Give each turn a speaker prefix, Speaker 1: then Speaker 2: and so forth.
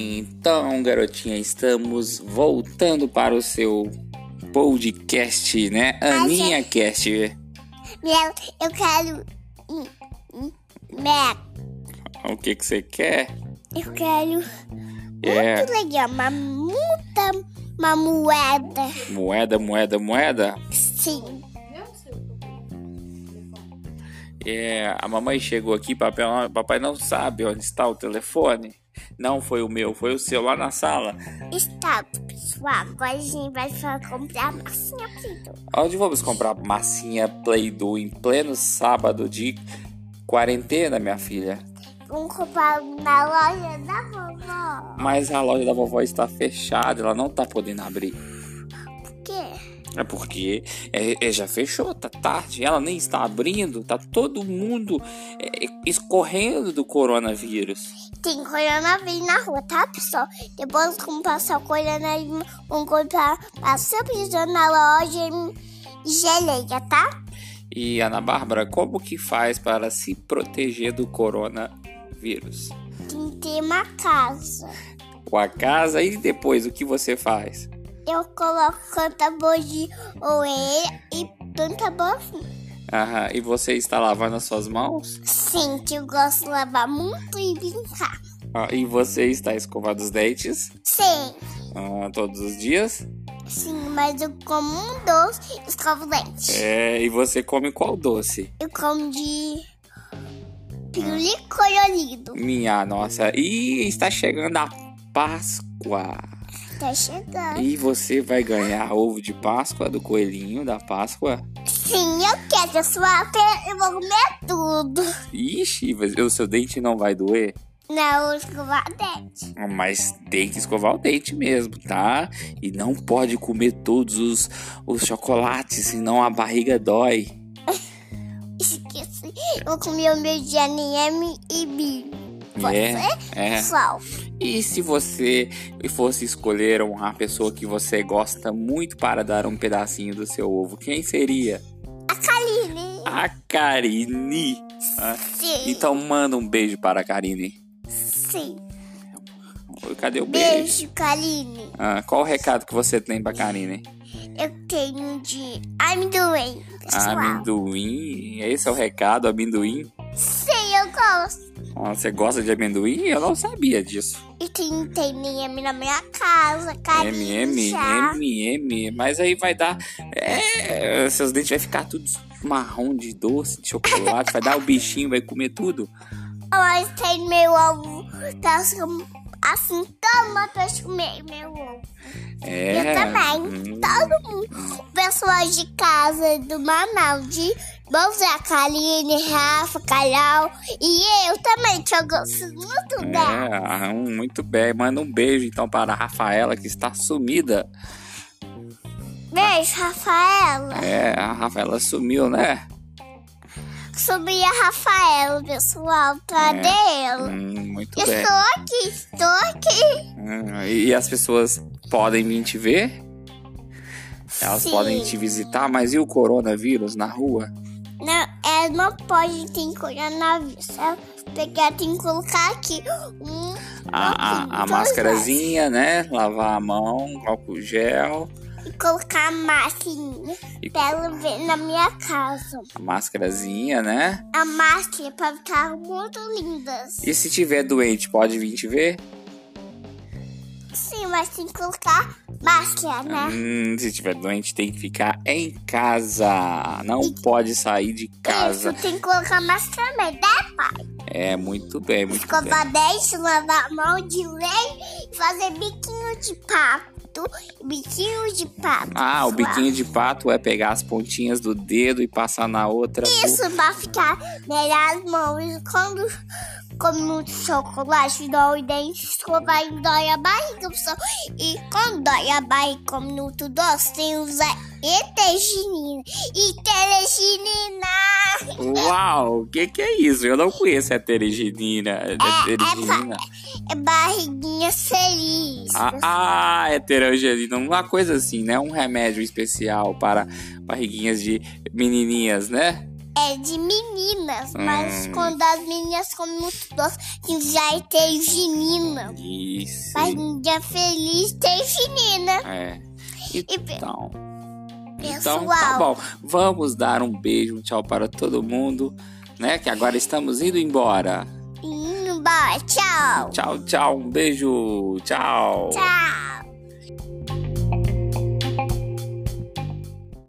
Speaker 1: Então, garotinha, estamos voltando para o seu podcast, né? Aninha Cast.
Speaker 2: Meu, eu quero. hum, hum, Mac.
Speaker 1: O que que você quer?
Speaker 2: Eu quero.
Speaker 1: É
Speaker 2: Muito legal. Uma muita. Uma moeda.
Speaker 1: moeda, moeda, moeda.
Speaker 2: Sim.
Speaker 1: É, a mamãe chegou aqui, papai, papai não sabe onde está o telefone. Não foi o meu, foi o seu lá na sala.
Speaker 2: Está, pessoal. Agora a gente vai só comprar massinha então. frita.
Speaker 1: Onde vamos comprar massinha Play Doh em pleno sábado de quarentena, minha filha?
Speaker 2: Vamos comprar na loja da vovó.
Speaker 1: Mas a loja da vovó está fechada, ela não tá podendo abrir.
Speaker 2: Por quê?
Speaker 1: É porque é, é, já fechou, tá tarde, ela nem está abrindo, tá todo mundo é, é, escorrendo do coronavírus.
Speaker 2: Tem coronavírus na rua, tá, pessoal? Depois como passar o coronavírus, vamos comprar maçã frita na loja e geleia, tá?
Speaker 1: E Ana Bárbara, como que faz para se proteger do coronavírus?
Speaker 2: Tem que ter uma casa.
Speaker 1: Com a casa e depois o que você faz?
Speaker 2: Eu coloco canta boa de orelha e planta boa fim.
Speaker 1: Aham, e você está lavando as suas mãos?
Speaker 2: Sim, que eu gosto de lavar muito e brincar.
Speaker 1: Ah, e você está escovando os dentes
Speaker 2: Sim,
Speaker 1: ah, todos os dias?
Speaker 2: sim, mas eu como um doce e escovo o dente.
Speaker 1: É, e você come qual doce?
Speaker 2: Eu como de pirulí colorido.
Speaker 1: Minha nossa, e está chegando a Páscoa.
Speaker 2: Tá chegando.
Speaker 1: E você vai ganhar ovo de Páscoa do coelhinho da Páscoa?
Speaker 2: Sim, eu quero, pessoal. Eu vou comer tudo.
Speaker 1: Ixi, mas o seu dente não vai doer? Ah,
Speaker 2: Não, eu escovar o dente.
Speaker 1: Mas tem que escovar o dente mesmo, tá? E não pode comer todos os, os chocolates, senão a barriga dói.
Speaker 2: Esqueci. Eu vou comer o meu de M e Bibi. Pode
Speaker 1: é, é.
Speaker 2: Pessoal,
Speaker 1: E se você fosse escolher uma pessoa que você gosta muito para dar um pedacinho do seu ovo, quem seria?
Speaker 2: a Kaline.
Speaker 1: A Karine. Ah,
Speaker 2: Sim.
Speaker 1: Então manda um beijo para a Karine.
Speaker 2: Sim.
Speaker 1: Cadê o beijo?
Speaker 2: Beijo, Kaline.
Speaker 1: Ah, qual o recado que você tem pra Karine?
Speaker 2: Eu tenho de amendoim. Pessoal,
Speaker 1: Amendoim? Esse é o recado, amendoim?
Speaker 2: sim, eu gosto.
Speaker 1: Ah, você gosta de amendoim? Eu não sabia disso.
Speaker 2: E tem, tem M na minha casa, Kaline.
Speaker 1: MM,
Speaker 2: chá.
Speaker 1: MM. Mas aí vai dar. é, seus dentes vai ficar tudo marrom de doce, de chocolate. vai dar o bichinho, vai comer tudo.
Speaker 2: Mas tem meu ovo. Tá assim, assim toma pra eu comer meu ovo.
Speaker 1: É.
Speaker 2: Eu também.
Speaker 1: Hum,
Speaker 2: Todo mundo. O pessoal de casa do Manaus, de Bolsa, Kaline, Rafa, Calhau. E eu também, que eu gosto muito
Speaker 1: é,
Speaker 2: dela.
Speaker 1: ah, hum, muito bem. Manda um beijo então para a Rafaela que está sumida.
Speaker 2: Beijo, Rafaela.
Speaker 1: É, a Rafaela sumiu, né?
Speaker 2: Subi a Rafaela, pessoal. Cadê ela?
Speaker 1: Hum, muito É. bem.
Speaker 2: Estou aqui, estou aqui.
Speaker 1: Hum, E as pessoas podem vir te ver? Elas
Speaker 2: Sim.
Speaker 1: podem te visitar, mas e o coronavírus na rua?
Speaker 2: Não, ela não pode ter coronavírus. Ela pegar, tem que colocar aqui um
Speaker 1: A, a- a
Speaker 2: Então,
Speaker 1: máscarazinha, né? Lavar a mão, álcool gel,
Speaker 2: e colocar a massinha
Speaker 1: E-
Speaker 2: pra ela ver na minha casa.
Speaker 1: a máscarazinha, né?
Speaker 2: A máscara pra ficar muito lindas.
Speaker 1: E se tiver doente, pode vir te ver?
Speaker 2: Sim, mas tem que colocar máscara, né?
Speaker 1: Hum, se tiver doente, tem que ficar em casa. Não pode sair de casa.
Speaker 2: É Isso, tem que colocar máscara também, né, pai?
Speaker 1: É, muito bem, muito bem.
Speaker 2: Escovar dente, lavar a mão de lei e fazer biquinho de pato. Biquinho de pato.
Speaker 1: Ah, o
Speaker 2: pessoal.
Speaker 1: biquinho de pato é pegar as pontinhas do dedo e passar na outra. boca.
Speaker 2: Isso pra ficar melhor as mãos. Quando come muito chocolate, dói o dente, escovar e dói a barriga, pessoal. E quando dói a barriga, come muito doce, tem que usar eteginina. Eteginina!
Speaker 1: Uau, o que, que é isso? Eu não conheço a Tereginina. É, Tereginina.
Speaker 2: É barriguinha feliz.
Speaker 1: Ah, ah, é Tereginina. Uma coisa assim, né? Um remédio especial para barriguinhas de menininhas, né?
Speaker 2: é de meninas,
Speaker 1: Hum.
Speaker 2: mas quando as meninas comem muito doce, que já tem menina.
Speaker 1: Isso.
Speaker 2: Mas dia feliz tem menina.
Speaker 1: É.
Speaker 2: pe-
Speaker 1: Então,
Speaker 2: Pessoal,
Speaker 1: então tá bom. Vamos dar um beijo, um tchau para todo mundo, né? Que agora estamos indo embora.
Speaker 2: indo embora. Tchau.
Speaker 1: Tchau, tchau. Um beijo. Tchau.
Speaker 2: Tchau.